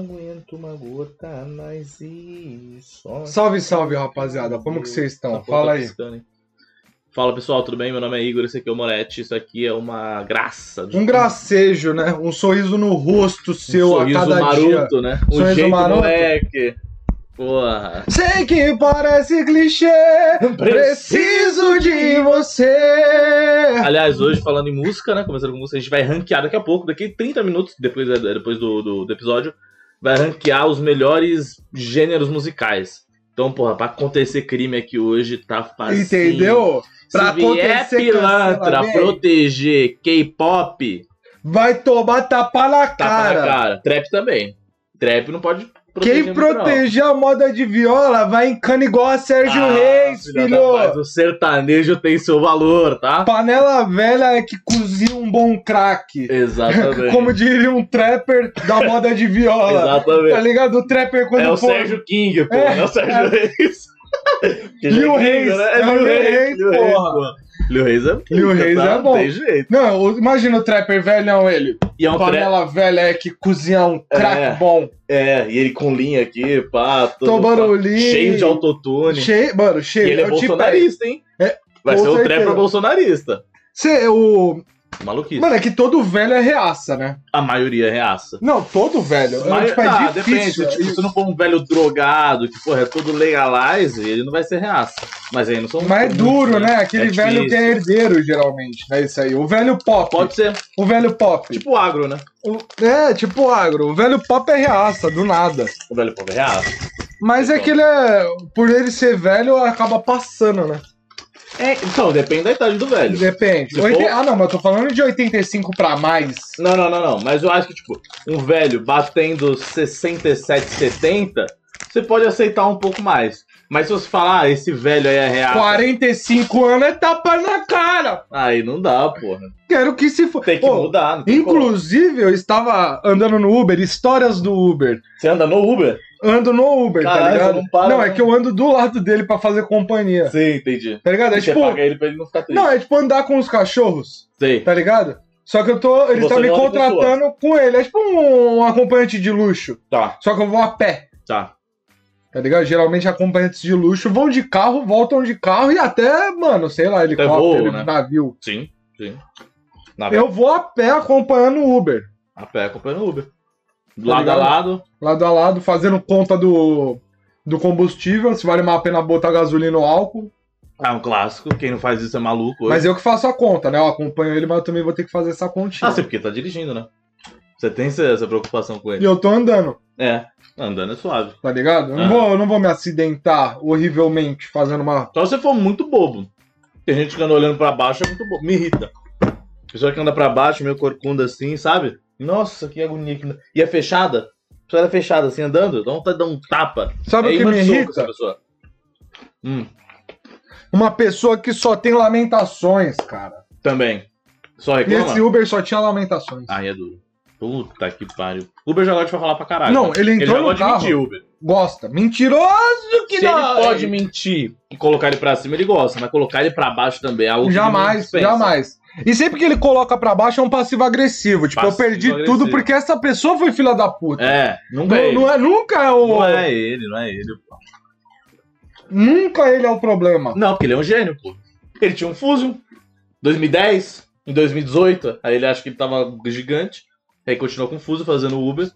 aguento uma gota mais e só. Tá Salve, salve, rapaziada. Como que vocês Tá estão? Fala aí. Fala pessoal, tudo bem? Meu nome é Igor, esse aqui é o Moretti. Isso aqui é uma graça. de- Um gracejo, né? Um sorriso no rosto seu um a sorriso cada dia. maroto, né? Um Sorriso jeito maroto. moleque. Porra. Sei que parece clichê, preciso de você. Aliás, hoje falando em música, né? Começando com música, a gente vai ranquear daqui a pouco, daqui 30 minutos, depois, depois do, do, do episódio, vai ranquear os melhores gêneros musicais. Então, porra, pra acontecer crime aqui hoje tá fácil. Entendeu? Pra Se vier acontecer pilantra, cancelamento. proteger K-pop, Vai tomar tapa tapa na na cara. cara. Trap também. Trap não pode proteger Quem muito, não. proteger a moda de viola vai em cana igual a Sérgio Ah, Reis, filha da filho. paz, o sertanejo tem seu valor, tá? Panela velha é que cozinha um bom craque. Exatamente. Como diria um trapper da moda de viola. Tá Exatamente. ligado? O trapper quando É o for. Sérgio King, pô. É, É, o Sérgio Reis. Que já Lil é gringo, Reis, né? é o Lil Reis, Lil Reis, porra. pô. Lil Reis é pica, Lil Reis tá? é bom. Tem jeito. Não, o- imagina o trapper velhão ele. E é um trap. Panela velha é que cozinha um craque É. bom. É, e ele com linha aqui, pá. todo- Tomando pá, linha. Cheio de autotune. Cheio, mano, E cheio. ele é Eu te pego. bolsonarista, hein? tipo É, Vai com ser o certeza. trapper bolsonarista. Cê, o... Maluquice. Mano, é que todo velho é reaça, né? A maioria reaça. Não, todo velho. Mas, tipo, é tá, difícil. depende. Tipo, se não for um velho drogado, que, porra, é todo legalize, ele não vai ser reaça. Mas aí não são. Mas é muitos, duro, né? Aquele É velho que é herdeiro, geralmente. É isso aí. O velho pop. Pode ser O velho pop. tipo agro, né? O- É, tipo agro. O velho pop é reaça, do nada. O velho povo é reaça. Mas é que ele é. Por ele ser velho, acaba passando, né? É, então, depende da idade do velho. Depende. Se for- Oitenta- Ah, não, mas eu tô falando de 85 pra mais. Não, não, não, não. Mas eu acho que, tipo, um velho batendo 67, 70, você pode aceitar um pouco mais. Mas se você falar, ah, esse velho aí é reaça, 45 anos é tapa na cara. aí não dá, porra. Quero que se for. Tem que Pô, mudar. Não tem como. Inclusive, eu estava andando no Uber, histórias do Uber. Você anda no Uber? Ando no Uber, tá Caralho, né? ligado? você não para, não, é não. que eu ando do lado dele pra fazer companhia. Sim, entendi. Tá ligado? É Você tipo. paga ele pra ele não ficar triste. Não, é tipo andar com os cachorros, Sei. tá ligado? Só que eu tô. Eles Você estão me não anda com contratando com ele. É tipo um, um acompanhante de luxo. Tá, Só que eu vou a pé, tá. tá ligado? Geralmente acompanhantes de luxo vão de carro, voltam de carro e até, mano, sei lá, helicóptero, voam, né? Ah, navio. Sim, sim. Na Eu vou a pé acompanhando o Uber. A pé acompanhando o Uber. Tá Lado a ligado? lado. Lado a lado, fazendo conta do, do combustível, se vale mais a pena botar gasolina ou álcool. É um clássico. Quem não faz isso é maluco. Mas Hoje. eu que faço a conta, né? Eu acompanho ele, mas eu também vou ter que fazer essa continha. Ah, sim, porque tá dirigindo, né? Você tem essa, essa preocupação com E ele. eu tô andando, É. Andando é suave. tá ligado? Eu, não Ah. vou, eu não vou me acidentar horrivelmente fazendo uma. Só se você for muito bobo. Tem gente que anda olhando pra baixo, é muito bobo. Me irrita. Pessoa que anda pra baixo, meio corcunda assim, sabe? Nossa, que agonia. Que... E é fechada. A pessoa era fechada assim, andando. Dá vontade de dar um tapa. Sabe é o que me irritante essa irrita? pessoa. Hum, Uma pessoa que só tem lamentações, cara. também. Só E reclama? esse Uber só tinha lamentações. Aí é duro. Puta que pariu. Uber já gosta de falar pra caralho. Não, né? ele entrou já no gosta carro. de mentir, Uber. Gosta. Mentiroso que Se não. é- ele pode mentir e colocar ele pra cima, ele gosta. Mas colocar ele pra baixo também é algo que ele não Jamais, dispensa. jamais. E sempre que ele coloca pra baixo é um passivo agressivo. Tipo, eu perdi Passivo-agressivo. tudo porque essa pessoa foi filha da puta. É, nunca é Não, ele. não é, nunca é o. Não é ele, não é ele. pô. Nunca ele é o problema. Não, porque ele é um gênio, pô. Ele tinha um Fusion, 2010, em 2018, aí ele acha que ele tava gigante, aí continuou com o Fusion fazendo Uber.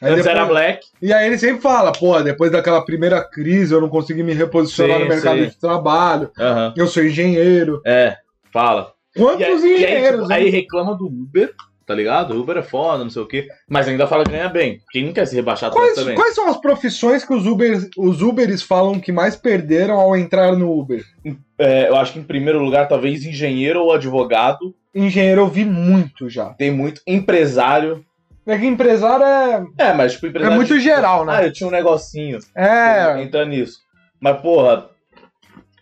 Aí Antes depois- era Black, E aí ele sempre fala, pô, depois daquela primeira crise eu não consegui me reposicionar Sim, no mercado sim. de trabalho, aham, eu sou engenheiro. é, fala. E aí, Quantos e aí, engenheiros? tipo, aí reclama do Uber, tá ligado? O Uber é foda, não sei o quê, mas ainda fala que ganha bem. Quem não quer se rebaixar tanto Quais, também? quais são as profissões que os, Uber, os Uberes falam que mais perderam ao entrar no Uber? É, eu acho que em primeiro lugar, talvez engenheiro ou advogado, Engenheiro eu vi muito já. tem muito empresário. É que empresário é, É, mas tipo, é empresário. muito tipo, geral, né? Ah, eu tinha um negocinho. É. Entra nisso. Mas, porra.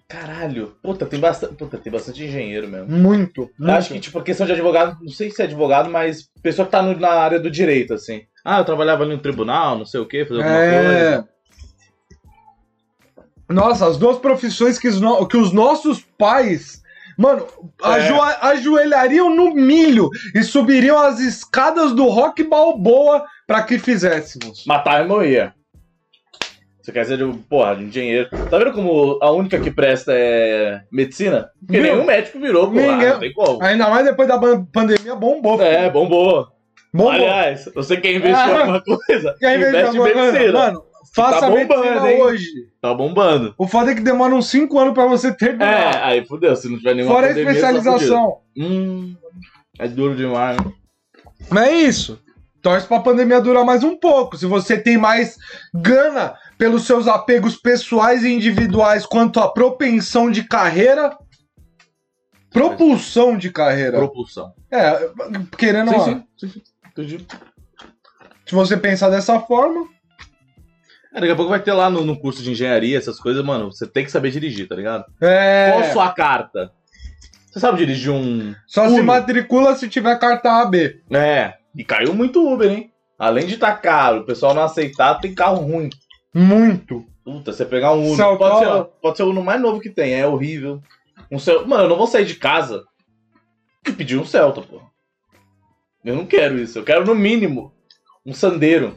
Caralho. Puta, tem bastante. Puta, tem bastante engenheiro mesmo. É, Muito, Eu Acho que, muito. tipo, questão de advogado, não sei se é advogado, mas pessoa que tá no- na área do direito, assim. Ah, eu trabalhava ali no tribunal, não sei o quê, fazer alguma coisa. É. Nossa, as duas profissões que os, no- que os nossos pais. Mano, É. ajo- ajoelhariam no milho e subiriam as escadas do Rock Balboa pra que fizéssemos. Matar eu não tá, ia. Você quer dizer, de- um, porra, de engenheiro. Tá vendo como a única que presta é medicina? Porque Viu? nenhum médico virou, porra. Ninguém- Não tem como. Ainda mais depois da ban- pandemia, bombou. É, bombou. bombou. Aliás, você quer investir em Ah. alguma coisa? E aí, veio investe em agora, medicina. Mano, faça Tá bombando, medicina hein? hoje. Tá bombando. O foda é que demora uns 5 anos pra você terminar. É, aí fudeu. Se não tiver nenhuma Fora a pandemia, tá especialização. fudido. Hum, é duro demais. né? Mas é isso. Torce pra pandemia durar mais um pouco. Se você tem mais gana pelos seus apegos pessoais e individuais quanto à propensão de carreira. Propulsão de carreira. Propulsão. É, querendo Sim, ou sim, sim, sim. Entendi. Se você pensar dessa forma, É, daqui a pouco vai ter lá no, no curso de engenharia, essas coisas, mano. Você tem que saber dirigir, tá ligado? é. Qual sua carta? Você sabe dirigir um. Só se Uno. matricula se tiver carta AB. É. E caiu muito Uber, hein? Além de tá caro, o pessoal não aceitar, tem carro ruim. Muito. Puta, você pegar um Uno. São Pode ser, Paulo. pode ser o Uno mais novo que tem, é horrível. Um Celta. Mano, eu não vou sair de casa e pedir um Celta, pô. Eu não quero isso. Eu quero, no mínimo, um Sandeiro.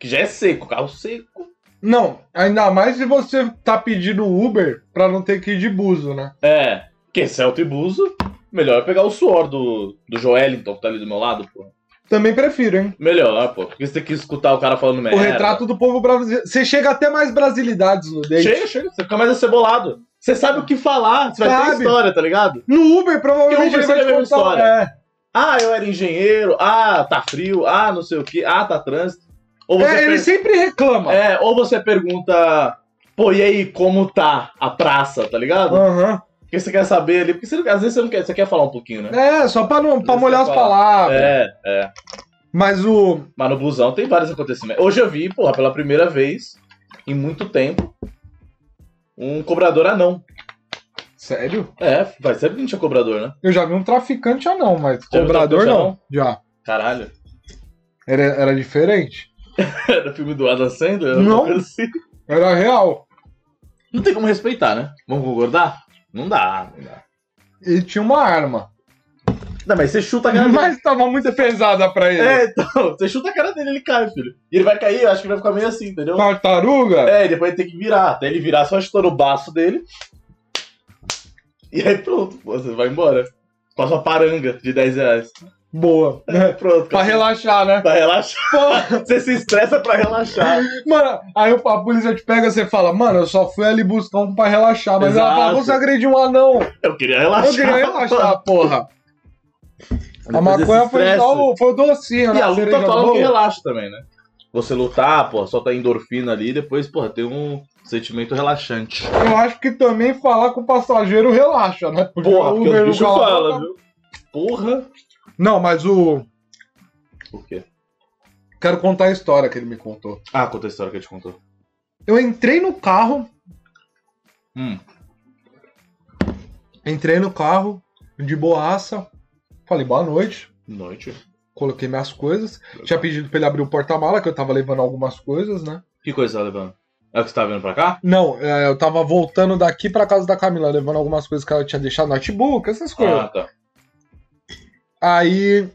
Que já é seco, carro seco. Não, ainda mais se você tá pedindo Uber pra não ter que ir de buzo, né? É, que Celta e Buzo. Melhor é pegar o suor do, do Joelinton, que tá ali do meu lado, pô. Também prefiro, hein? Melhor, pô. Porque você tem que escutar o cara falando merda. O retrato do povo brasileiro. Você chega até mais brasilidades no date. Chega, chega. Você fica mais acebolado. Você sabe o que falar. Você vai ter Sabe. história, tá ligado? No Uber, provavelmente Porque o Uber você vai é a mesma contar- história. É. Ah, eu era engenheiro. Ah, tá frio. Ah, não sei o que. Ah, tá trânsito. Ou você, É, per- ele sempre reclama. é, ou você pergunta... Pô, e aí, como tá a praça, tá ligado? Aham. Porque você quer saber ali. Porque você, às vezes você não quer... Você quer falar um pouquinho, né? É, só pra, não, pra Você molhar as fala. palavras. É, Mas o. Mas no busão tem vários acontecimentos. Hoje eu vi, porra, pela primeira vez em muito tempo, um cobrador anão. Sério? É, faz sempre que não tinha cobrador, né? Eu já vi um traficante anão, mas Já viu um cobrador traficante não. Já. Caralho. Era, era diferente. Era o filme do Adam Sandler? era Não. uma coisa assim. Era real. Não tem como respeitar, né? Vamos concordar? Não dá, não dá. Ele tinha uma arma. Não, mas você chuta a cara dele. Mas tava muito pesada pra ele. Uhum. É, então, você chuta a cara dele, ele cai, filho. E ele vai cair, eu acho que ele vai ficar meio assim, entendeu? Tartaruga? É, e depois ele tem que virar. Até ele virar, só estoura o baço dele. E aí pronto, pô, você vai embora. Com a sua paranga de 10 reais. É, Boa. Pronto. acabou. pra relaxar, né? Pra relaxar. Você se estressa pra relaxar. Mano, aí o- a polícia te pega e você fala, mano, eu só fui ali buscar um pra relaxar. Mas ela Exato. fala, você agrediu um anão. Eu queria Eu relaxar. queria relaxar, porra. a maconha foi, só o. o, foi o docinho, E né? a cereja luta do fala bolo. que relaxa também, né? Você lutar, pô, solta endorfina ali e depois, pô, tem um sentimento relaxante. Eu acho que também falar com o passageiro relaxa, né? Porque Porra, porque os não bichos cala a falam, boca. viu? Porra. Não, mas o. O quê? Quero contar a história que ele me contou. Ah, conta a história que eu te contou. Eu entrei no carro, Hum. entrei no carro, de boaça. Falei, boa noite. Noite. coloquei minhas coisas. Tinha pedido pra ele abrir o porta-mala, que eu tava levando algumas coisas, né? Que coisa você tá levando? É o que você tá vendo pra cá? Não, é, eu tava voltando daqui pra casa da Camila, levando algumas coisas que ela tinha deixado notebook, essas coisas. Ah, tá. Aí.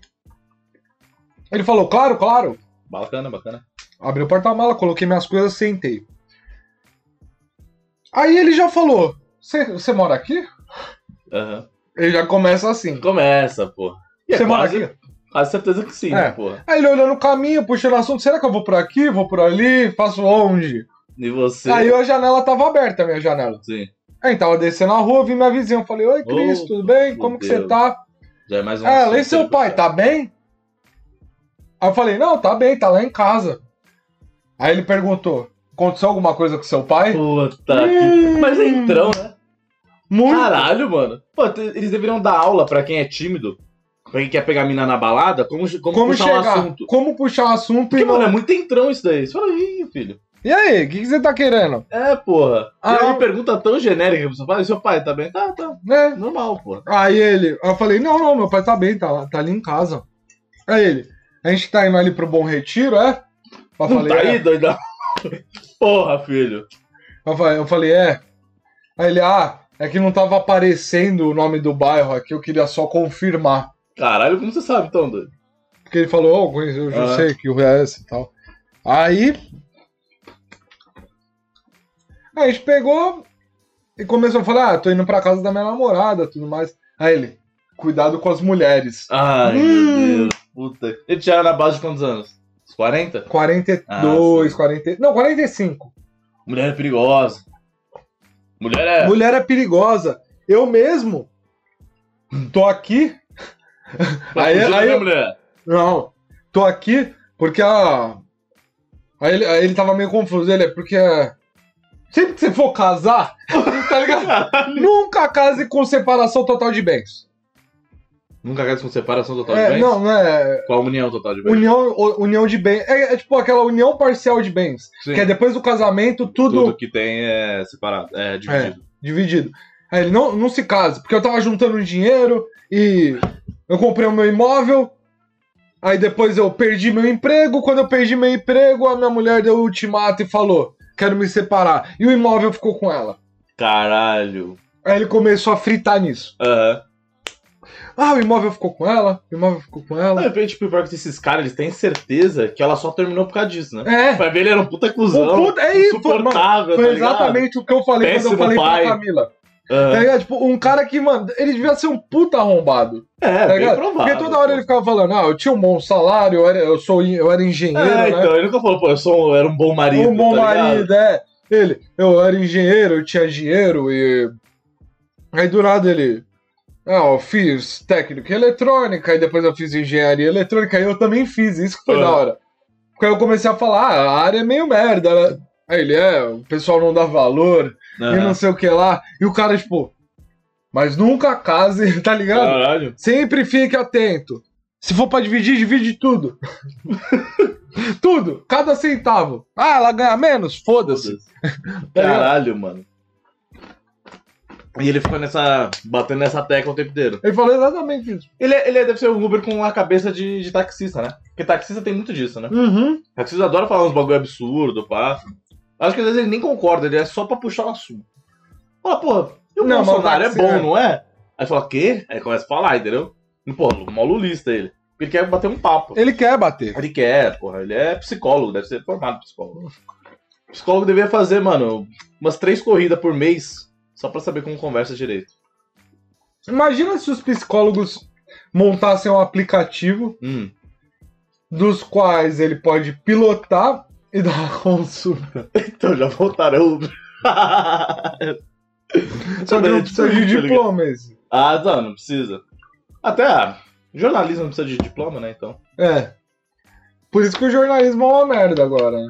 Ele falou, claro, claro. Bacana, bacana. Abri o porta-mala, coloquei minhas coisas, sentei. Aí ele já falou: "Cê- Você mora aqui? Aham. Ele já começa assim. Começa, pô. E é Você mora quase- aqui? Quase certeza que sim, É. né, porra. Aí ele olhando o caminho, puxando o assunto: será que eu vou por aqui, vou por ali, faço onde? E você? Aí a janela tava aberta, a minha janela. Sim. Aí tava descendo a rua, vi minha vizinha. Eu falei, oi, Cris, Ô, tudo bem? meu Como que Deus. você tá? Já é mais um. Ah, assunto ela e seu aí pai, pra- tá bem? Aí eu falei, não, tá bem, tá lá em casa. Aí ele perguntou, aconteceu alguma coisa com seu pai? Hum, Puta que. Mas é entrão, né? Muito. Caralho, mano. Pô, te- eles deveriam dar aula pra quem é tímido, pra quem quer pegar mina na balada, como, como, como puxar um chegar? assunto. como puxar o assunto Porque, e... mano, é muito entrão isso daí. Você fala, ih, filho. E aí, o que, que você tá querendo? É, porra. Ah, é uma eu- pergunta tão genérica que você fala, e seu pai tá bem? Tá, tá. Né? Normal, porra. Aí ele, eu falei, não, não, meu pai tá bem, tá, lá- tá ali em casa. Aí ele, a gente tá indo ali pro Bom Retiro, é? Eu Não falei, tá é. aí, doidão. porra, filho. Eu falei, eu falei, é. Aí ele, ah, é que não tava aparecendo o nome do bairro aqui, eu queria só confirmar. Caralho, como você sabe, então, doido? Porque ele falou, oh, eu já Ah. sei que o é esse e tal. Aí. Aí a gente pegou e começou a falar, ah, tô indo pra casa da minha namorada, tudo mais. Aí ele, cuidado com as mulheres. Ai, Hum. meu Deus. Puta. Ele já era na base de quantos anos? Uns 40? 42, Ah, sim. 40. Não, 45. Mulher é perigosa. Mulher é. Mulher é perigosa. Eu mesmo tô aqui. Vai aí- fugir da aí- minha mulher. Não, tô aqui porque a. Aí ele, aí ele tava meio confuso. Ele é porque. Sempre que você for casar, tá ligado? Nunca case com separação total de bens. Nunca quer com separação total É, de bens? não, não é. Com a união total de bens? União, o- união de bens. É, é tipo aquela união parcial de bens. Sim. Que é depois do casamento, tudo, Tudo que tem é separado. É dividido. dividido. Aí ele não, não se case, porque eu tava juntando um dinheiro e eu comprei o meu imóvel. Aí depois eu perdi meu emprego. Quando eu perdi meu emprego, a minha mulher deu o ultimato e falou: quero me separar. E o imóvel ficou com ela. Caralho. Aí ele começou a fritar nisso. Aham. Ah, o imóvel ficou com ela, o imóvel ficou com De ela. repente, tipo, pior que esses caras, eles têm certeza que ela só terminou por causa disso, né? É, Vai ver, ele era um puta o cuzão. puta, é isso, mano. insuportável, Foi tá ligado? exatamente o que eu falei quando eu Péssimo falei pai. pra Camila. Tá Aham. ligado? Tipo, um cara que, mano, ele devia ser um puta arrombado. É, Tá bem ligado? provável. Porque toda hora ele ficava falando, ah, eu tinha um bom salário, eu era, eu sou, en- eu era É, engenheiro, né? então, ele nunca falou, pô, eu sou um, era um bom marido. um bom tá ligado? marido, é. Ele, eu era engenheiro, eu tinha dinheiro e. Aí do nada ele. Ah, eu fiz técnico em eletrônica, aí depois eu fiz engenharia eletrônica, aí eu também fiz, isso que foi Ah. da hora. Porque aí eu comecei a falar, ah, a área é meio merda, né? Aí ele, é, o pessoal não dá valor, e Aham. não sei o que lá. E o cara, tipo, mas nunca case, tá ligado? Caralho. Sempre fique atento. Se for pra dividir, divide tudo. tudo. Cada centavo. Ah, ela ganha menos? Foda-se. Tá ligado? Caralho, mano. E ele ficou nessa. batendo nessa tecla o tempo inteiro. Ele falou exatamente isso. Ele, é- ele é- deve ser um Uber com a cabeça de, de taxista, né? Porque taxista tem muito disso, né? Uhum. Taxista adora falar uns bagulho absurdo, pá. Acho que às vezes ele nem concorda, ele é só pra puxar o assunto. Fala, pô, e o Não, mas Bolsonaro é taxi, bom, é. não é? Aí fala, quê? Aí começa a falar, entendeu? E, Pô, mó lulista ele. Porque ele quer bater um papo. Ele quer bater. Ele quer, porra. Ele é psicólogo, deve ser formado psicólogo. Psicólogo deveria fazer, mano, umas três corridas por mês só pra saber como conversa direito. Imagina se os psicólogos montassem um aplicativo Hum. dos quais ele pode pilotar e dar consulta. Então já voltaram. Só que não É, tipo precisa de isso, tá ligado? diploma esse. Ah, não, não precisa. Até ah, jornalismo não precisa de diploma, né? Então. É. Por isso que o jornalismo é uma merda agora. né?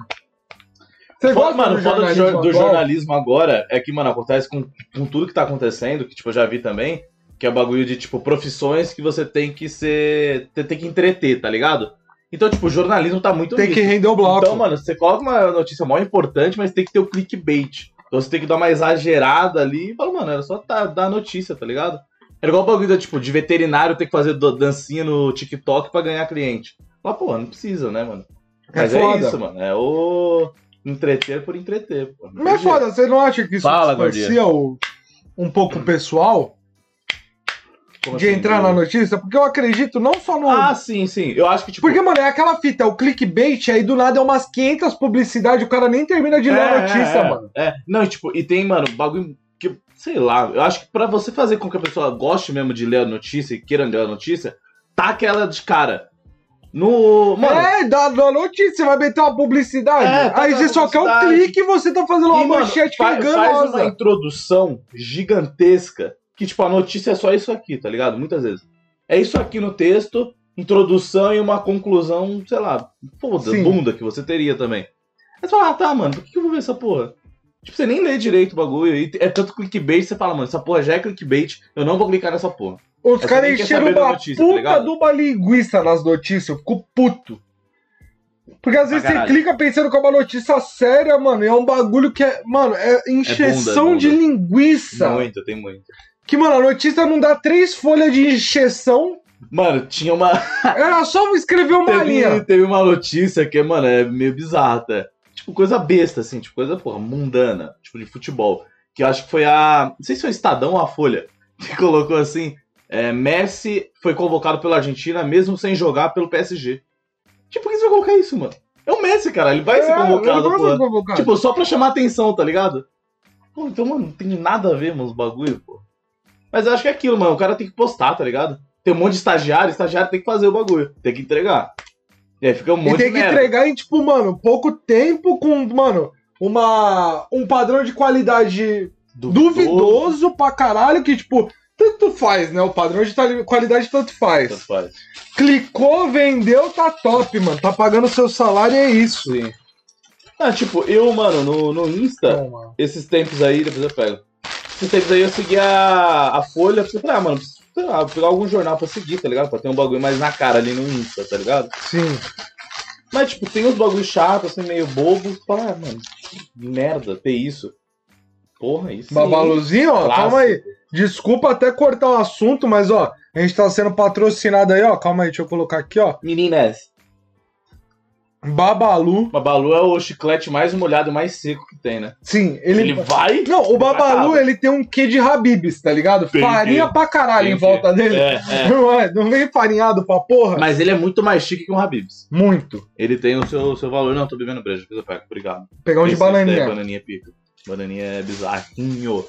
Você Foda- gosta mano, do o foda do, jornalismo? jor- do atual? jornalismo agora é que, mano, acontece com, com tudo que tá acontecendo, que, tipo, eu já vi também, que é o bagulho de, tipo, profissões que você tem que ser. tem, tem que entreter, tá ligado? Então, tipo, o jornalismo tá muito Tem que nisso. render o bloco. Então, mano, você coloca uma notícia mó importante, mas tem que ter o clickbait. Então você tem que dar uma exagerada ali e fala, mano, era só tá, dar a notícia, tá ligado? Era igual o bagulho, da, tipo, de veterinário ter que fazer do- dancinha no TikTok pra ganhar cliente. Mas, pô, não precisa, né, mano? É Mas é, foda. isso, mano. É o entreter por entreter, pô. Não tem Mas é jeito. foda, você não acha que isso Fala, distancia o, um pouco o pessoal Como de assim? entrar na notícia? Porque eu acredito não só no. Ah, sim, sim. Eu acho que, tipo. porque, mano, é aquela fita, é o clickbait, aí do nada é umas 500 publicidades, o cara nem termina de ler a notícia, é, mano. É. Não, e, tipo, e tem, mano, bagulho que, sei lá, eu acho que pra você fazer com que a pessoa goste mesmo de ler a notícia e queira ler a notícia, taca ela de cara. No. Mano, é, da, da notícia, vai meter uma publicidade. É, tá aí na você só quer um publicidade. clique e você tá fazendo uma e, mano, manchete fa- faz uma enganosa. introdução gigantesca que, tipo, a notícia é só isso aqui, tá ligado? Muitas vezes. É isso aqui no texto, introdução e uma conclusão, sei lá, foda, Sim. bunda que você teria também. Aí você fala, ah, tá, mano, por que que eu vou ver essa porra? Tipo, você nem lê direito o bagulho. E é tanto clickbait, você fala, mano, essa porra já é clickbait, eu não vou clicar nessa porra. Os Você caras É nem quer encheram saber da uma notícia, tá puta ligado? de uma linguiça nas notícias, eu fico puto. Porque às vezes você caralho. clica pensando que é uma notícia séria, mano, e é um bagulho que é, mano, é encheção bunda. é. de linguiça. Muito, tem muito. Que, mano, a notícia não dá três folhas de encheção, Mano, tinha uma. era só escrever uma teve, linha. teve uma notícia que, mano, é meio bizarra, tá? Tipo, coisa besta, assim, tipo, coisa, porra, mundana, tipo, de futebol. Que eu acho que foi a. Não sei se foi o Estadão ou a Folha, que colocou assim. É, Messi foi convocado pela Argentina mesmo sem jogar pelo PSG. Tipo, por que você vai colocar isso, mano? É o Messi, cara. Ele vai ser É, convocado, ele vai pô. ser convocado. Tipo, só pra chamar atenção, tá ligado? Pô, então, mano, não tem nada a ver, mano, os bagulho, pô. Mas eu acho que é aquilo, mano. O cara tem que postar, tá ligado? Tem um monte de estagiário, estagiário tem que fazer o bagulho. Tem que entregar. E aí fica um monte e tem de que merda. entregar em, tipo, mano, pouco tempo com, mano, uma, um padrão de qualidade duvidoso pra caralho, que, tipo, tanto faz, né? O padrão de tali- qualidade tanto Tanto faz. faz. Clicou, vendeu, tá top, mano. Tá pagando seu salário, é isso. Ah, tipo, eu, mano, no, no Insta, Então, mano. esses tempos aí, depois eu pego. Esses tempos aí eu segui a, a Folha, porque eu falei, ah, mano, preciso, sei lá, pegar algum jornal pra seguir, tá ligado? Pra ter um bagulho mais na cara ali no Insta, tá ligado? Sim. Mas, tipo, tem uns bagulho chato, assim, meio bobo. que Fala, ah, mano, que merda, ter isso. Porra, isso. Babaluzinho, ó, Clássico. calma aí. Desculpa até cortar o assunto, mas, ó, a gente tá sendo patrocinado aí, ó. Calma aí, deixa eu colocar aqui, ó. Meninas, Babalu. Babalu é o chiclete mais molhado e mais seco que tem, né? Sim, Ele ele. vai. Não, o Babalu, Batata. ele tem um quê de Habibs, tá ligado? Tem, Farinha tem. pra caralho em Tem, volta dele. É, é. Não é? Não vem farinhado pra porra? Mas ele é muito mais chique que um Habibs. Muito. Ele tem o seu, o seu valor. Não, tô bebendo breja, depois eu pego. Obrigado. Pegar um de Esse daí É bananinha. bananinha pica. Bananinha é bizarrinho.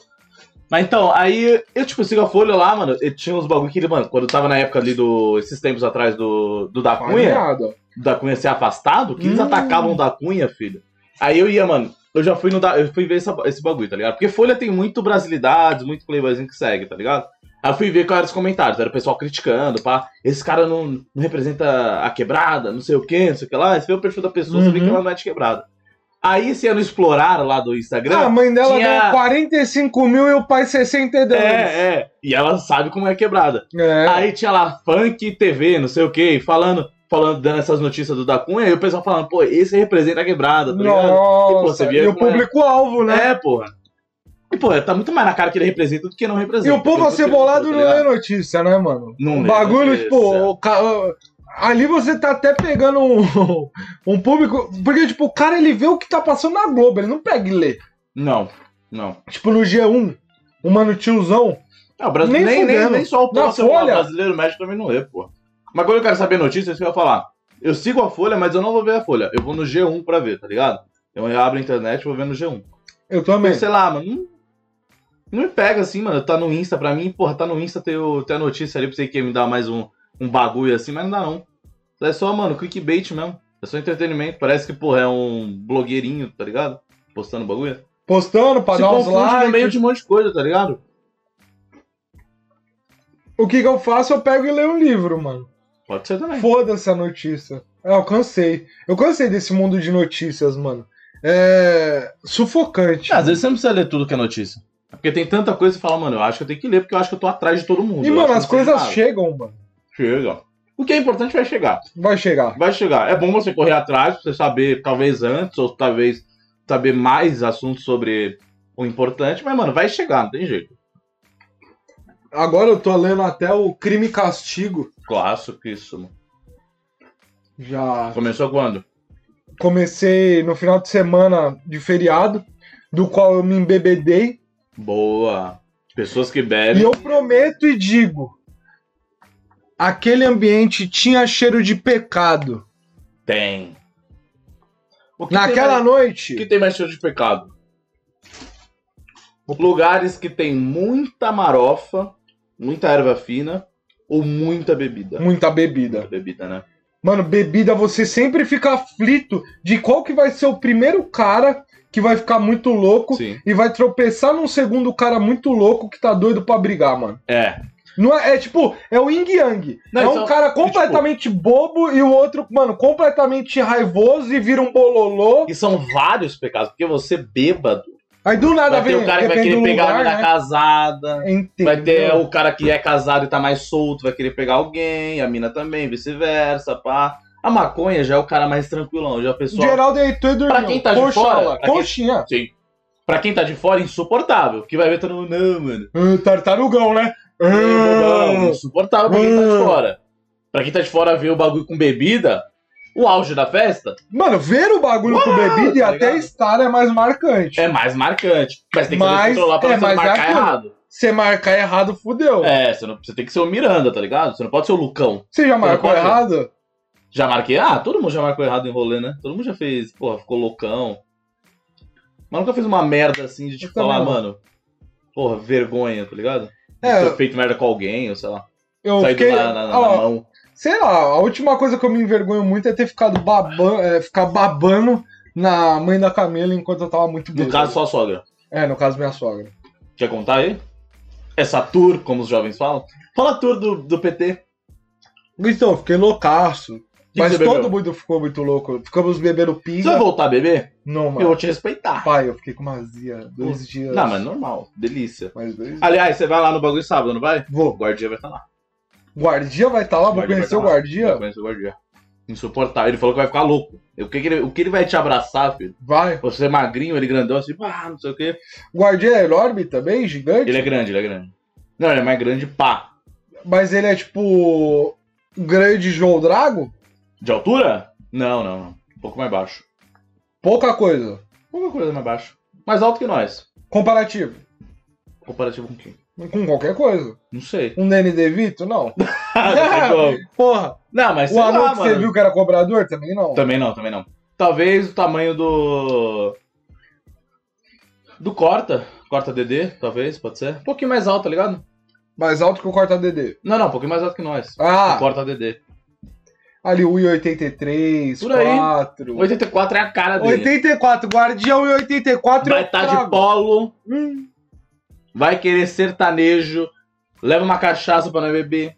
Mas então, aí eu, tipo, sigo a Folha lá, mano. E tinha uns bagulho que ele, mano, quando eu tava na época ali do. Esses tempos atrás do, do Da Cunha, Farinhado. ó. do Da Cunha ser afastado, que eles Hum. atacavam o Da Cunha, filho. Aí eu ia, mano. Eu já fui no da, eu fui ver essa- esse bagulho, tá ligado? Porque Folha tem muito brasilidades, muito playboyzinho que segue, tá ligado? Aí eu fui ver quais eram os comentários, era o pessoal criticando, pá, esse cara não, não representa a quebrada, não sei o quê, não sei o que lá. Você vê o perfil da pessoa, você vê que Uhum. ela não é de quebrada. Aí esse ano explorar lá do Instagram. Ah, a mãe dela tinha- ganhou 45 mil e o pai 62. É, é. E ela sabe como é quebrada. É. Aí tinha lá funk TV, não sei o quê, falando, falando dando essas notícias do da Cunha, e o pessoal falando, pô, esse representa a quebrada, tá ligado? Nossa, Tipo, você via e o como é. público-alvo, né? É, porra. E, porra, tá muito mais na cara que ele representa do que não E representa. o povo Por isso que eu acebolado digo, tá não lê ligado? notícia, né, mano? Não O lê, bagulho, notícia. tipo, o ca- ali você tá até pegando um, um público. Porque, tipo, o cara ele vê o que tá passando na Globo, ele não pega e lê. Não, não. Tipo, no G1, o mano tiozão. Ah, o Brasil, Nem nem, nem, nem, fudendo. só o povo Na acebolado Folha? brasileiro o médico também não lê, porra. Mas quando eu quero saber notícias, isso que eu ia falar. Eu sigo a Folha, mas eu não vou ver a Folha. Eu vou no G1 pra ver, tá ligado? Eu abro a internet e vou ver no G1. Eu também. Tipo, sei lá, mano. Não, não me pega assim, mano. Tá no Insta pra mim, porra, tá no Insta ter, o- ter a notícia ali pra você que me dar mais um, um bagulho assim, mas não dá não. Isso É só, mano, clickbait mesmo. É só entretenimento. Parece que, porra, é um blogueirinho, tá ligado? Postando bagulho. Postando pra Se dar uns confunde no meio likes. de um monte de coisa, tá ligado? O que, que eu faço? Eu pego e leio um livro, mano. Pode ser também. Foda-se a notícia. É, Eu cansei. Eu cansei desse mundo de notícias, mano. É. sufocante. Às vezes você não precisa ler tudo que é notícia. É Porque tem tanta coisa que você fala, mano, eu acho que eu tenho que ler porque eu acho que eu tô atrás de todo mundo. e, Eu acho que mano, as não sei de coisas nada. chegam, mano. Chega. O que é importante vai chegar. Vai chegar. Vai chegar. É bom você correr atrás, pra você saber, talvez antes, ou talvez saber mais assuntos sobre o importante, mas, mano, vai chegar, não tem jeito. Agora eu tô lendo até o Crime e Castigo. Clássico isso, mano. Já Começou quando? comecei no final de semana de feriado, do qual eu me embebedei. Boa. Pessoas que E bebem. eu prometo e digo: aquele ambiente tinha cheiro de pecado. Tem. O que tem Naquela mais- noite. O que tem mais cheiro de pecado? Lugares que tem muita marofa, muita erva fina ou muita bebida. Muita bebida. bebida, né? Mano, bebida, você sempre fica aflito de qual que vai ser o primeiro cara que vai ficar muito louco Sim. e vai tropeçar num segundo cara muito louco que tá doido pra brigar, mano. É, Não é, é tipo, é o yin yang. Não, é um então, cara completamente bobo e o outro, mano, completamente raivoso e vira um bololô. E são vários pecados, porque você bêbado. Aí do nada Vai ter vem o cara que vai depende querer do pegar a lugar, menina né? casada. Entendeu? Vai ter o cara que é casado e tá mais solto, vai querer pegar alguém, a mina também, vice-versa, pá. A maconha já é o cara mais tranquilão, já a pessoa. Geral deitou é, e dormiu. Pra quem tá de Coxa, fora, lá, pra quem- Coxinha. Sim. Pra quem tá de fora, insuportável. Que vai ver todo mundo, não, mano. Ah, tartarugão, né? Ah, Não, insuportável pra quem tá de Hum. fora. Pra quem tá de fora ver o bagulho com bebida, o auge da festa Mano, ver o bagulho com bebida e tá até ligado? estar é mais marcante. é mais marcante. Mas tem que saber Mas controlar pra é você não mais marcar aquilo. errado. Você marcar errado, fudeu. É, você, não- você tem que ser o Miranda, tá ligado? Você não pode ser o Lucão. Você já marcou pode- errado? Já marquei. Ah, todo mundo já marcou errado em rolê, né? Todo mundo já fez, porra, ficou loucão. Mas nunca fez uma merda assim de tipo também falar, não. mano. Porra, vergonha, tá ligado? De É. ter feito merda com alguém, ou sei lá. Eu Saído fiquei. na, na- na ó, mão. Sei lá, a última coisa que eu me envergonho muito é ter ficado babando, é, ficar babando na mãe da Camila enquanto eu tava muito No bêbado. caso, sua sogra. É, no caso minha sogra. Quer contar aí? Essa tour, como os jovens falam. Fala a tour do, do PT. Então, eu fiquei loucaço. que mas você todo bebeu? mundo ficou muito louco. Ficamos bebendo Você vai pinga. voltar a beber? Não, Eu mano. vou te respeitar. Pai, eu fiquei com uma azia. Dois dias. Não, mas normal. Delícia. Mais dois Aliás, você vai lá no bagulho sábado, não vai? O Vou. guardia vai estar lá. Guardia vai estar lá, vou Guardia vai conhecer tá o lá. guardia. Vai conhecer o guardia. Insuportável. Ele falou que vai ficar louco. O que, que ele, o que ele vai te abraçar, filho? Vai. Você é magrinho, ele grandão, assim, pá, não sei o quê. Guardia é enorme também, gigante. Ele é grande, ele é grande. Não, ele é mais grande, pá. Mas ele é tipo. Grande João Drago? De altura? Não, não, não. Um pouco mais baixo. Pouca coisa. Pouca coisa mais baixo. Mais alto que nós. Comparativo. Comparativo com quem? Com qualquer coisa. Não sei. Um Nene DeVito? Não. não sei como. Porra, Não, mas É, sei o anão lá, que você mano. viu que era cobrador também não. Também não, também não. Talvez o tamanho do. Do Corta. Corta DD, talvez, pode ser. Um pouquinho mais alto, tá ligado? Mais alto que o corta DD. Não, não, um pouquinho mais alto que nós. O Ah, Corta DD. ali 1,83, Por aí. 4. 84 é a cara dele. 84, guardião e é 84 Vai eu estar de trago. polo, Hum, vai querer sertanejo, leva uma cachaça pra não beber.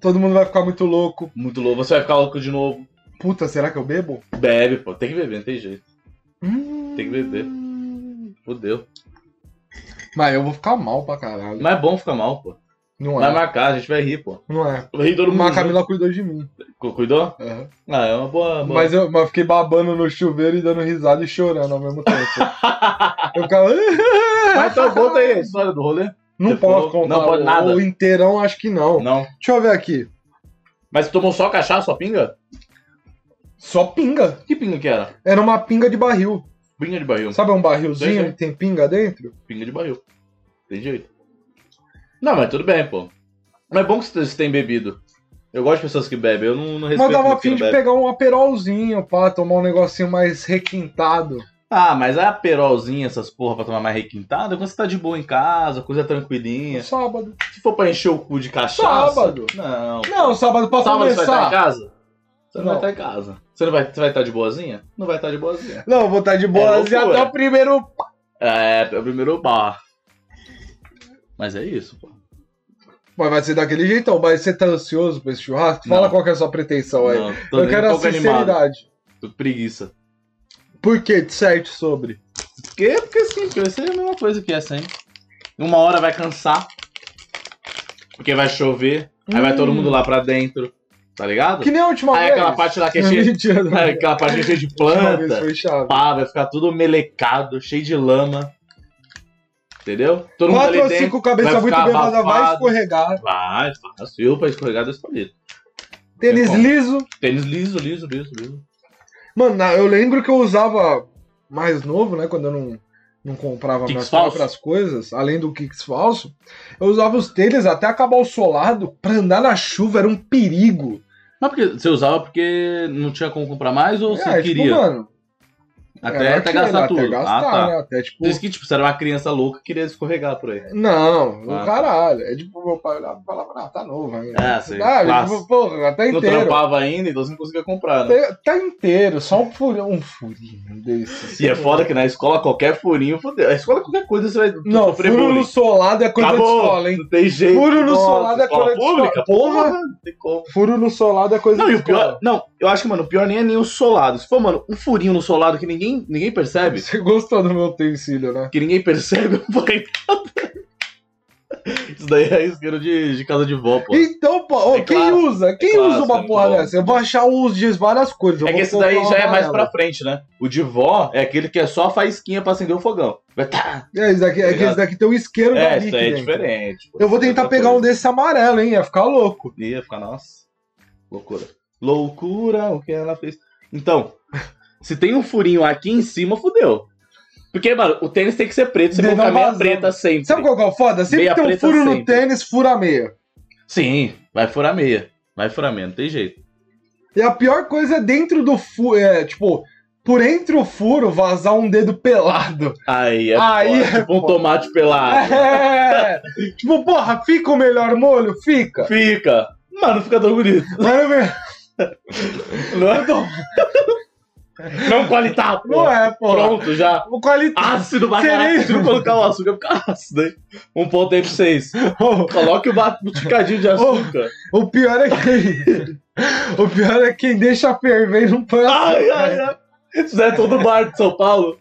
todo mundo vai ficar muito louco. Muito louco, você vai ficar louco de novo. Puta, será que eu bebo? Bebe, pô, tem que beber, não tem jeito. Hum. Tem que beber. Fudeu. Mas eu vou ficar mal pra caralho. Mas é bom ficar mal, pô. Não Vai é. marcar, a gente vai rir, pô. Não é. Vai rir todo mundo. Mas a Camila cuidou de mim. junto. Cuidou? Aham. Ah, é uma boa. boa. Mas, eu, mas eu fiquei babando no chuveiro e dando risada e chorando ao mesmo tempo. eu ficava. Mas então conta aí a história do rolê. Não Você falou- posso contar. não pode o- nada. O inteirão acho que não. Não. Deixa eu ver aqui. Mas você tomou só cachaça, só pinga? Só pinga. Que pinga que era? Era uma pinga de barril. Pinga de barril. né? Sabe um Sei, barrilzinho sei. que tem pinga dentro? Pinga de barril. Tem jeito. Não, mas tudo bem, pô. Mas é bom que você tem bebido. Eu gosto de pessoas que bebem, eu não, não respeito Mas dava muito quem fim não de bebe. pegar um aperolzinho, pá, tomar um negocinho mais requintado. Ah, mas a perolzinha, essas porra pra tomar mais requintada, quando você tá de boa em casa, coisa No tranquilinha. sábado. Se for pra encher o cu de cachaça. Sábado. Não. Não, sábado pra Sábado você vai estar em começar. casa? Você não, vai Não. estar em casa. Você, não vai, você vai estar de boazinha? Não vai estar de boazinha. Não, vou estar de boa É loucura. até o primeiro. É, é o primeiro bar. Mas é isso, pô. Mas vai ser daquele jeitão, mas você tá ansioso pra esse churrasco? Fala Não. qual que é a sua pretensão aí. Não, tô Eu nem quero um a pouco animado. sinceridade. Tô preguiça. Por que disserte sobre? Porque, porque sim, porque vai ser a mesma coisa que essa, hein? Uma hora vai cansar. Porque vai chover. Aí vai Hum. todo mundo lá pra dentro. Tá ligado? Que nem a última Aí vez. aquela parte lá que é cheia, Mentira, não. aí aquela parte cheia de A última vez planta. foi chave. Pá, vai ficar tudo melecado, cheio de lama. Entendeu? Todo mundo Quatro ali ou dentro. cinco cabeça vai muito ficar bêbada vai abafado. Tá escorregar. Vai, fácil. Eu pra escorregar dois palitos. Tênis Tem como. liso. Tênis liso, liso, liso, liso. Mano, na- eu lembro que eu usava mais novo, né? Quando eu não, não comprava Kicks minhas falso. próprias coisas, além do Kicks falso, eu usava os tênis até acabar o solado pra andar na chuva, era um perigo. Mas porque você usava porque não tinha como comprar mais ou Então você é, queria? tipo, mano, até era até aquilo, gastar tudo. Até gastar, ah, tá. né? Até tipo. Diz que, tipo, você era uma criança louca que queria escorregar por aí. Não, Ah, o tá. caralho. É tipo, meu pai olhava e falava, ah, tá novo ainda. Ah, sei, Ah, clássico. tipo, porra, até Não inteiro. trampava ainda, então você não conseguia comprar, né? Tá- Tá inteiro, só um furinho, um furinho desse. E é foda que na escola qualquer furinho, fodeu. A escola qualquer coisa você vai Não, sofrer furo bullying. no solado é coisa de Acabou. escola, hein? Não tem jeito. Furo no Nossa, solado é escola coisa de pública, escola. Porra. Não tem como. Furo no solado é coisa Não, e de o pior, escola. não, eu acho que, mano, o pior nem é nem o solado. Se for, mano, um furinho no solado que ninguém, ninguém percebe, Você gostou do meu utensílio, né? que ninguém percebe, eu vou arrebentar. Isso daí é isqueiro de, de casa de vó, pô. Então, pô, ô, É quem clássico, usa? Quem clássico, usa uma é muito porra bom. dessa? Eu vou achar uns de várias cores. eu É que vou esse daí comprar um já é mais pra amarelo. frente, né? O de vó é aquele que é só a faísquinha pra acender o fogão. Vai tá. É, esse daqui, é que Obrigado. esse daqui tem um isqueiro É, da isso aí é Nick, né? diferente. tá pô. Eu vou tentar Outra pegar um coisa. desse amarelo, hein? Ia ficar louco. Ia ficar, nossa. Loucura. Loucura o que ela fez. Então, se tem um furinho aqui em cima, fudeu. Porque, mano, o tênis tem que ser preto, você Deu colocar uma meia um vazão. preta sempre. Sabe qual que é o foda? Sempre Meia tem um preta furo no sempre. tênis, fura a meia. Sim, vai furar meia. Vai furar meia, não tem jeito. E a pior coisa é dentro do furo. É, tipo, por entre o furo vazar um dedo pelado. Aí é, Aí foda, é tipo um foda. tomate pelado. É. tipo, porra, fica o melhor molho? Fica. Fica. Mano, não fica tão bonito. Mas não é- Não é tão... Não qualitado, pô. não é, porra. Pronto, já. O qualidade. Ácido, vai Seria- caraca, se não colocar o açúcar, fica ácido, hein? 1.86. Coloque o batucadinho de açúcar. O pior é quem. o pior é quem deixa ferver e não põe Ai, açúcar. ai, ai. Isso é todo bar de São Paulo.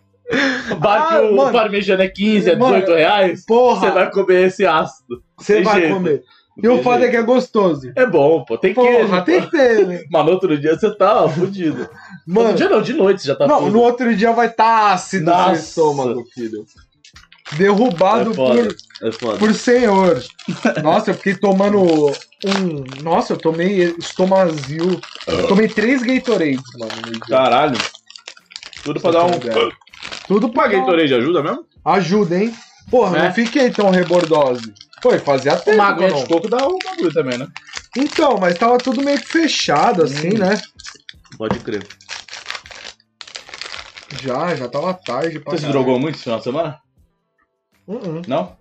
O bar Ah, que o mano. parmegiana é 15, é Mano. 18 reais. Você Porra, vai comer esse ácido. você tem vai, jeito. comer. E Não tem o foda é jeito. que é gostoso. É bom, pô. Tem queijo. Porra, pô. tem que ter, né? Mas no outro dia você tá ó, fudido. Mano. Mano, dia não, de noite você já tá não, fudido. no outro dia vai estar tá ácido no Nossa. seu estômago, filho. Derrubado É foda. por, É foda. por senhor. Nossa, eu fiquei tomando um. Nossa, eu tomei estomazil. Ah. Tomei três Gatorades, mano. no dia. Caralho. Tudo pra dar um. é Tudo pra Paguei Gatorade. torei de ajuda mesmo? Ajuda, hein? Porra, Né? não fiquei tão rebordose. Foi, fazia tempo. Uma que eu aguinha não- de coco dá um bagulho também, né? Então, mas tava tudo meio que fechado, assim, Hum. né? Pode crer. Já, já tava tarde. pra Você se caralho. drogou muito esse final de semana? Uh-uh. Não?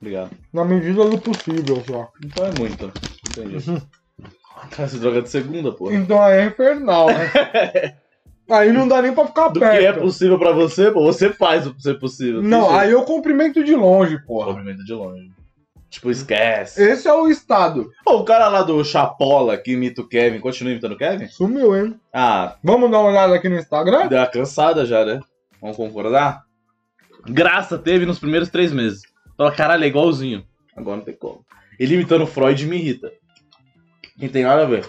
Obrigado. Na medida do possível, só. Então é muito. Entendi. Cara, se droga de segunda, pô. Então aí é infernal, né? aí não dá nem pra ficar Do que é perto. possível pra você, pô, você faz o que ser possível. tem não, jeito. aí eu cumprimento de longe, porra. Movimento de longe. Tipo, esquece. Esse é o estado. Pô, o cara lá do Chapola que imita o Kevin, continua imitando o Kevin? Sumiu, hein? Ah, Vamos dar uma olhada aqui no Instagram? deu uma cansada já, né? Vamos concordar? Graça teve nos primeiros três meses. Fala, caralho, é igualzinho. Agora não tem como. Ele imitando o Freud me irrita. Não tem nada a ver.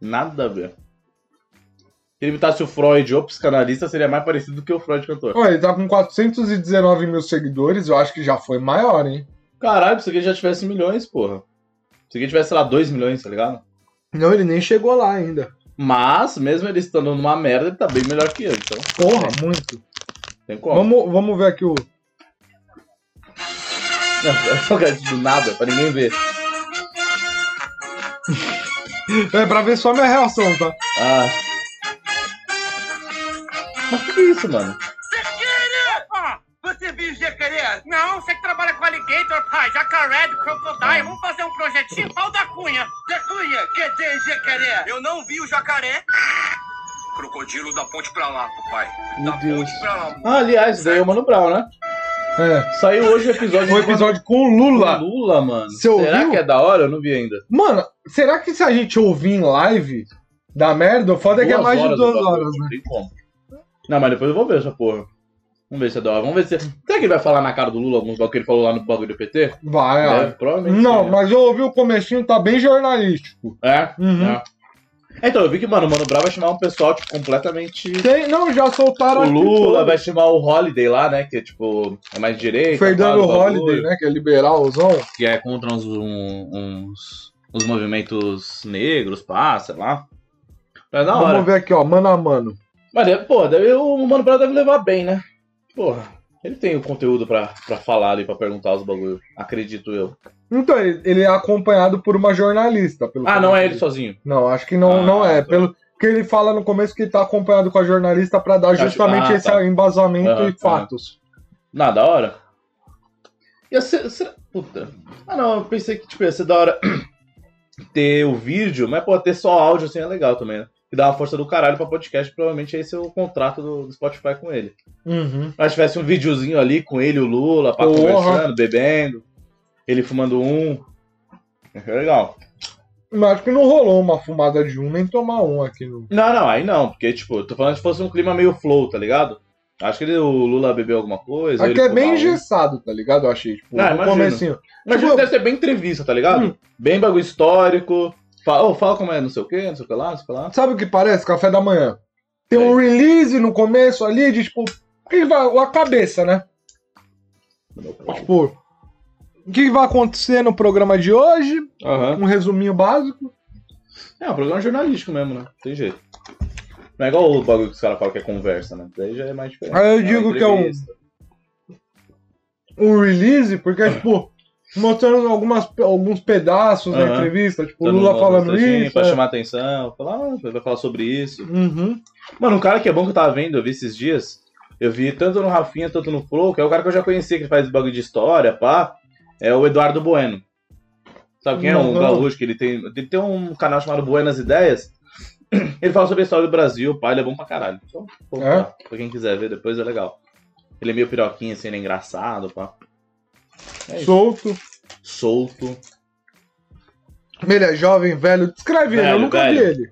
Nada a ver. Se ele imitasse o Freud ou psicanalista, seria mais parecido do que o Freud cantor. Ó, ele tá com 419 mil seguidores, eu acho que já foi maior, hein? Caralho, se ele já tivesse milhões, porra. Se ele tivesse, sei lá, 2 milhões, tá ligado? Não, ele nem chegou lá ainda. Mas, mesmo ele estando numa merda, ele tá bem melhor que eu, então. Porra, muito. Tem como. Vamos, vamos ver aqui o. Não, é do nada, pra ninguém ver. É pra ver só minha reação, tá? Ah. Mas que que é isso, mano? Opa, você viu jacaré? Não, você que trabalha com alligator, pai. Jacaré, do crocodile. Vamos fazer um projetinho. Pau da cunha. Da cunha, quer dizer jacaré? Eu não vi o jacaré. Crocodilo da ponte pra lá, papai. Meu da Deus. ponte pra lá. Ah, aliás, isso daí é o Mano Brown, né? É. Saiu hoje o episódio Foi um episódio com o do Lula. Lula, mano. Você ouviu? Será que é da hora? Eu não vi ainda. Mano, será que se a gente ouvir em live da merda, o foda é que é Duas mais de horas tá? do duas bagulho, horas, né? Não tem como. Não, mas depois eu vou ver essa porra. Vamos ver se é da hora. Vamos ver se. Será que ele vai falar na cara do Lula alguns bagulho que ele falou lá no bagulho do PT? Vai, Deve, ó. provavelmente. É, Não, sim, né? mas eu ouvi o comecinho, tá bem jornalístico. É? Uhum. É. Então, eu vi que, mano, o Mano Brown vai chamar um pessoal, tipo, completamente. Tem, não, já soltaram O aqui Lula todo. vai chamar o Holiday lá, né? Que é tipo, é mais direito. Fernando Holliday, né? Que é liberalzão. Que é contra uns, um- uns, uns movimentos negros, pá, sei lá. Mas é da hora. Vamos ver aqui, ó, mano a mano. Mas, é, pô, deve, o Mano Brown deve levar bem, né? Porra, ele tem o conteúdo pra, pra falar ali, pra perguntar os bagulho. Acredito eu. Então, ele, ele é acompanhado por uma jornalista. Pelo Ah, não é ele começo. sozinho. Não, acho que não, Ah, não é. tá. Pelo que ele fala no começo que ele tá acompanhado com a jornalista pra dar Acho- justamente ah, esse tá. embasamento Aham, e fatos. Na da hora? Ia ser. Será... Puta. Ah não, eu pensei que tipo, ia ser da hora ter o vídeo, mas pô, ter só áudio assim é legal também, né? Que dá uma força do caralho pra podcast, provavelmente esse é o contrato do, do Spotify com ele. Uhum. Mas tivesse um videozinho ali com ele, e o Lula, pá, Porra. conversando, bebendo, ele fumando um. É legal. Mas acho que não rolou uma fumada de um, nem tomar um aqui no. Não, não, aí não, porque tipo, eu tô falando se fosse um clima meio flow, tá ligado? Acho que ele, o Lula bebeu alguma coisa. Aqui ele é fumar bem um. engessado, tá ligado? Eu achei, tipo, Ah, no imagino. comecinho. Mas Tipo, deve ser bem entrevista, tá ligado? Hum. Bem bagulho histórico. Fala, oh, fala como é, não sei o que, não sei o que lá, não sei o que lá. Sabe o que parece? Café da manhã. Tem um release no começo ali de, tipo, o que vai, a cabeça, né? Tipo, o que vai acontecer no programa de hoje? Aham. Um resuminho básico. É um programa jornalístico mesmo, né? Tem jeito. Não é igual o bagulho que os caras falam que é conversa, né? Daí já é mais diferente. Ah, eu É uma digo que é um- entrevista. o Um release, porque, Ah. é, tipo, mostrando algumas, alguns pedaços da Aham. entrevista, tipo, o Dando Lula uma falando mostradinha isso. assim, Pra é. chamar atenção, falar, ah, vai falar sobre isso. Uhum. Mano, um cara que é bom que eu tava vendo, eu vi esses dias, eu vi tanto no Rafinha, tanto no Flow, que é o cara que eu já conhecia, que faz bagulho de história, pá, é o Eduardo Bueno. Sabe quem é? Um Não. gaúcho que ele tem, ele tem um canal chamado Buenas Ideias, ele fala sobre a história do Brasil, pá, ele é bom pra caralho. Então, pô, É? pá, pra quem quiser ver depois, é legal. Ele é meio piroquinho, assim, ele é engraçado, pá. É isso. Solto. Solto. Ele é jovem, velho. Descreve ele, eu Velho, nunca velho. vi ele.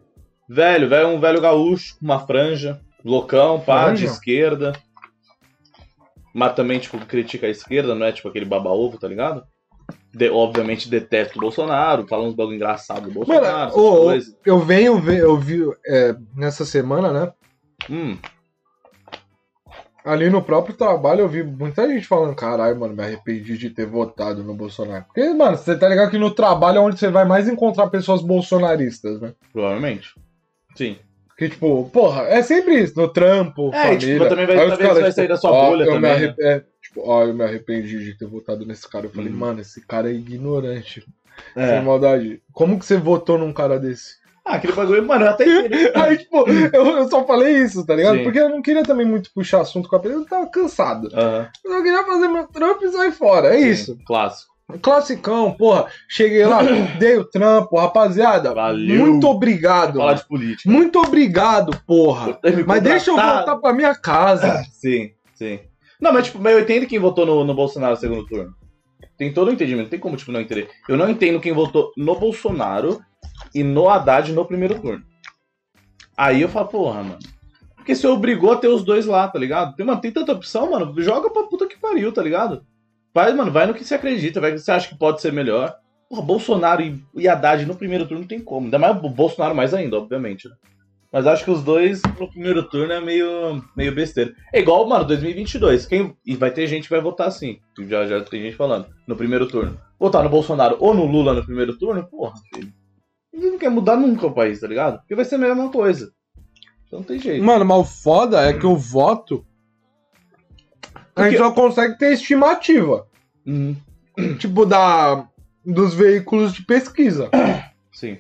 Velho, velho, um velho gaúcho, com uma franja, loucão, pá, Franja? de esquerda. Mas também, tipo, critica a esquerda, não é tipo aquele baba-ovo, tá ligado? De- obviamente detesta o Bolsonaro, fala uns bagulho engraçado do Bolsonaro, Mano, essas ô, ô. coisas. Eu venho ver, eu vi é, nessa semana, né? Hum, Ali no próprio trabalho eu vi muita gente falando, caralho, mano, me arrependi de ter votado no Bolsonaro. Porque, mano, você tá ligado que no trabalho é onde você vai mais encontrar pessoas bolsonaristas, né? provavelmente. Sim. Que, tipo, porra, é sempre isso, no trampo, É, e, família. tipo, também vai- Aí os talvez você vai sair da sua ó, bolha eu me também, né?" arrep- é, tipo, ó, eu me arrependi de ter votado nesse cara. Eu falei, Uhum. mano, esse cara é ignorante. Sem É. maldade. Como que você votou num cara desse? Ah, aquele bagulho, mano, eu até entendi. Aí, tipo, eu, eu só falei isso, tá ligado? Uhum. Sim. Porque eu não queria também muito puxar assunto com a pessoa, eu tava cansado. Aham, Eu só queria fazer meu trampo e sair fora, é sim, isso. Clássico. Classicão, porra. Cheguei lá, dei o trampo, rapaziada. Valeu. Muito obrigado. Falar de política. Tá, Muito obrigado, porra. Ele me Mas deixa eu contratar. voltar pra minha casa. Sim, sim. Não, mas tipo, mas eu entendo quem votou no, no Bolsonaro no segundo turno. Tem todo o entendimento, não tem como tipo, não entender. Eu não entendo quem votou no Bolsonaro e no Haddad no primeiro turno. Aí eu falo, porra, mano. Porque você obrigou a ter os dois lá, tá ligado? Tem, mano, tem tanta opção, mano. Joga pra puta que pariu, tá ligado? Vai, mano, vai no que você acredita, vai no que você acha que pode ser melhor. Porra, Bolsonaro e, e Haddad no primeiro turno não tem como. Ainda mais o Bolsonaro mais ainda, obviamente, né? Mas acho que os dois no primeiro turno é meio, meio besteira. É igual, mano, 2022. Quem, e vai ter gente que vai votar assim. Já, já tem gente falando. No primeiro turno. Votar no Bolsonaro ou no Lula no primeiro turno, porra, filho. Ele não quer mudar nunca o país, tá ligado? Porque vai ser a mesma coisa. Então não tem jeito. Mano, mas o foda é que o voto. A Porque- gente só consegue ter estimativa. Uhum, Tipo, da, dos veículos de pesquisa. sim.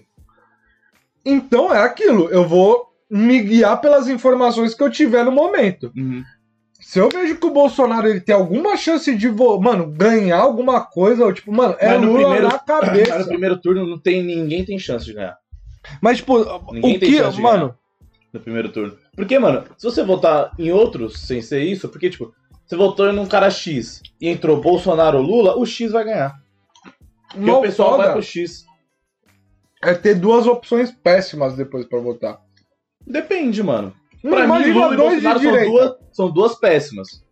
Então é aquilo. Eu vou me guiar pelas informações que eu tiver no momento. Uhum. Se eu vejo que o Bolsonaro ele tem alguma chance de, vo- mano, ganhar alguma coisa, ou tipo, mano, é Mas no Lula primeiro- na Mas no cabeça. primeiro turno não tem, ninguém tem chance de ganhar. Mas, tipo, Ninguém o tem chance que, de mano? no primeiro turno. Porque, mano, se você votar em outros sem ser isso, porque, tipo, você votou em um cara X e entrou Bolsonaro ou Lula, o X vai ganhar. Porque mal o pessoal foda vai pro X. é ter duas opções péssimas depois pra votar. Depende, mano. Mano, Pra mim, Hum, imagina Lula e dois de Bolsonaro são direita. duas, são duas péssimas.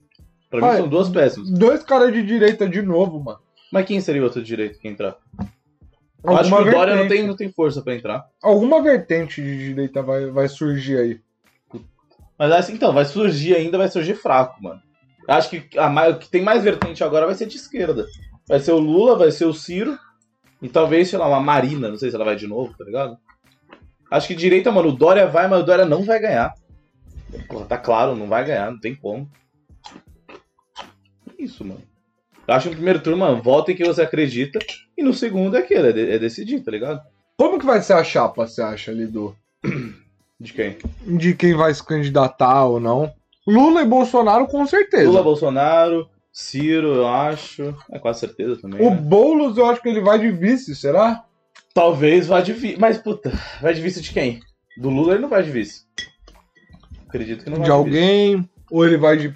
Pra mim, Vai. são duas péssimas. Dois caras de direita de novo, mano. Mas quem seria o outro direito que entrar? Eu acho que o vertente, Dória não tem, não tem força pra entrar. alguma vertente de direita vai, vai surgir aí. Mas assim, então, vai surgir ainda, vai surgir fraco, mano. Eu Acho que a mai- o que tem mais vertente agora vai ser de esquerda. Vai ser o Lula, vai ser o Ciro. E talvez, sei lá, uma Marina, não sei se ela vai de novo, tá ligado? Acho que direita, mano, o Dória vai, mas o Dória não vai ganhar. Porra, tá claro, não vai ganhar, não tem como. É Isso, mano. Eu acho que no primeiro turno, mano, vota em que você acredita. E no segundo é aquilo, é, de- é decidir, tá ligado? Como que vai ser a chapa, você acha, ali do De quem? de quem vai se candidatar ou não? Lula e Bolsonaro, com certeza. Lula, Bolsonaro, Ciro, eu acho. É quase certeza também. o né? Boulos, eu acho que ele vai de vice, será? Talvez vá de vice. Mas, puta, vai de vice de quem? Do Lula ele não vai de vice. Acredito que não vai de alguém, ou ele vai de.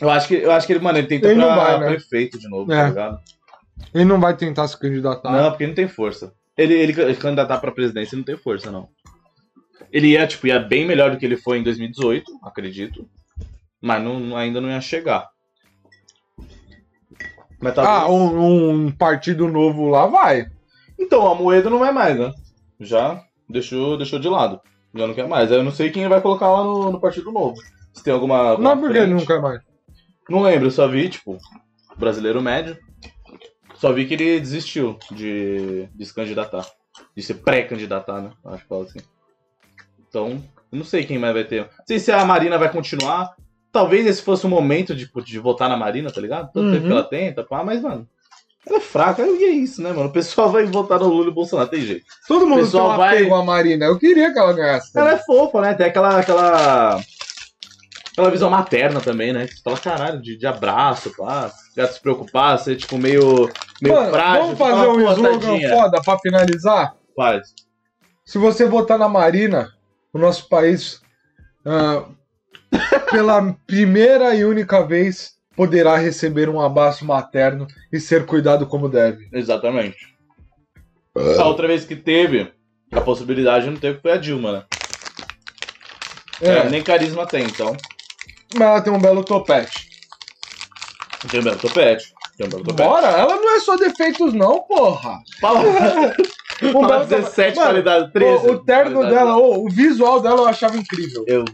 Eu acho que, eu acho que ele, mano, ele tenta Ele não pra vai, né? prefeito de novo, É. tá ligado? Ele não vai tentar se candidatar. Não, porque não tem força. Ele, ele can- candidatar pra presidência não tem força, não. Ele ia, tipo, ia bem melhor do que ele foi em 2018, acredito. Mas não, não- ainda não ia chegar. Mas tá talvez... Ah, um, um partido novo lá vai. Então, a Moeda não vai mais, né? Já deixou, deixou de lado. Já não quer mais. Aí Eu não sei quem vai colocar lá no, no Partido Novo. Se tem alguma. alguma não é porque ele frente. não quer mais. Não lembro, eu só vi, tipo, brasileiro médio. Só vi que ele desistiu de, de se candidatar. De se pré-candidatar, né? Acho que fala assim. Então, Eu não sei quem mais vai ter. Não sei se a Marina vai continuar. Talvez esse fosse o momento de, de votar na Marina, tá ligado? Tanto tempo Uhum. que ela tem, tá, pá, mas, mano, ela é fraca e é isso, né, mano? O pessoal vai votar no Lula e Bolsonaro, tem jeito. Todo mundo Pessoal, tem uma vai- pego a Marina. Eu queria que ela ganhasse. Ela também. é fofa, né? Tem aquela. aquela... Aquela visão materna também, né? Que Você fala, caralho, de, de abraço, pá. Já se preocupar, ser, tipo, meio, meio Mano, frágil. vamos você fala, fazer um "Pô, slogan tadinha." foda pra finalizar? Faz. Se você votar na Marina, o nosso país, ah, pela primeira e única vez, poderá receber um abraço materno e ser cuidado como deve. Exatamente. A outra vez que teve a possibilidade não teve foi a Dilma, né? É, Ela nem carisma tem, então. mas ela tem um belo topete. Tem um belo topete. Tem um belo topete. Bora, ela não é só defeitos não, porra. Fala, Um fala belo 17 topete. Mano, qualidade, 13. o, o terno qualidade. dela, ô, o visual dela eu achava incrível. Eu...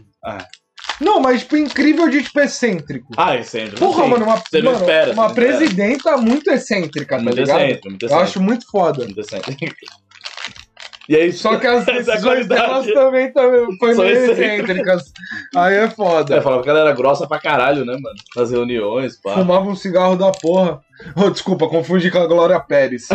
Não, mas tipo, incrível de tipo excêntrico. Ah, excêntrico. Porra, sim. mano, uma, Você não mano, espera, uma você não espera. presidenta muito excêntrica, tá Muito ligado? decente, muito Eu decente. acho muito foda. Muito decente. assim. E é isso. Só que as Essa decisões qualidade. delas também, também foi Só meio excêntrica. excêntricas. Aí é Eu foda. falava que ela era grossa pra caralho, né, mano? Nas reuniões, pá. Fumava um cigarro da porra. Oh, desculpa, confundi com a Glória Pérez.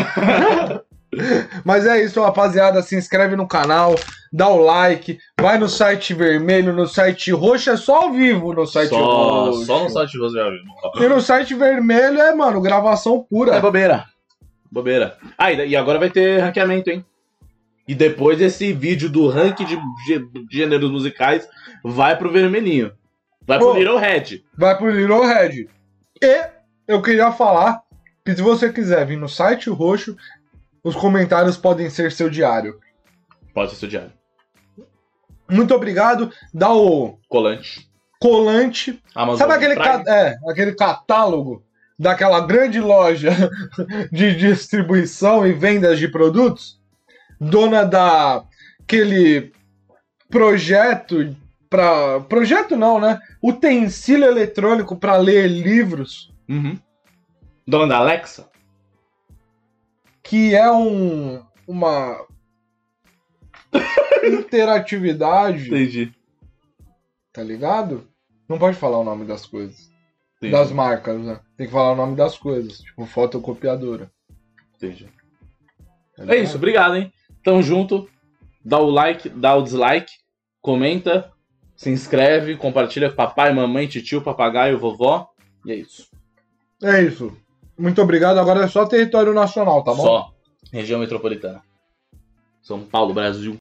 Mas é isso, rapaziada. Se inscreve no canal, dá o like, vai no site vermelho, no site roxo, é só ao vivo no site Só, roxo. só no site Rose meu amigo. E no site vermelho é, mano, gravação É pura. bobeira. Bobeira. Ah, e e agora vai ter ranqueamento, hein? E depois esse vídeo do ranking de gê- gêneros musicais vai pro vermelhinho. Vai Pô. pro Little Red. Vai pro Little Red. E eu queria falar que se você quiser vir no site roxo, os comentários podem ser seu diário. Pode ser diário. Muito obrigado. Dá o Colante. colante. Amazon Sabe aquele, Prime. ca- é, aquele catálogo daquela grande loja de distribuição e vendas de produtos? Dona da aquele projeto para projeto não, né? Utensílio eletrônico para ler livros. Uhum. Dona da Alexa. que é um uma interatividade, Entendi. tá ligado? Não pode falar o nome das coisas, Entendi. das marcas, né? Tem que falar o nome das coisas, tipo fotocopiadora. Entendi. tá É ligado? isso, obrigado, hein? Tamo junto. Dá o like, dá o dislike, comenta, se inscreve, compartilha com papai, mamãe, tio, papagaio, vovó. E é isso. É isso. Muito obrigado. Agora é só território nacional, tá bom? Só. Região metropolitana. São Paulo, Brasil.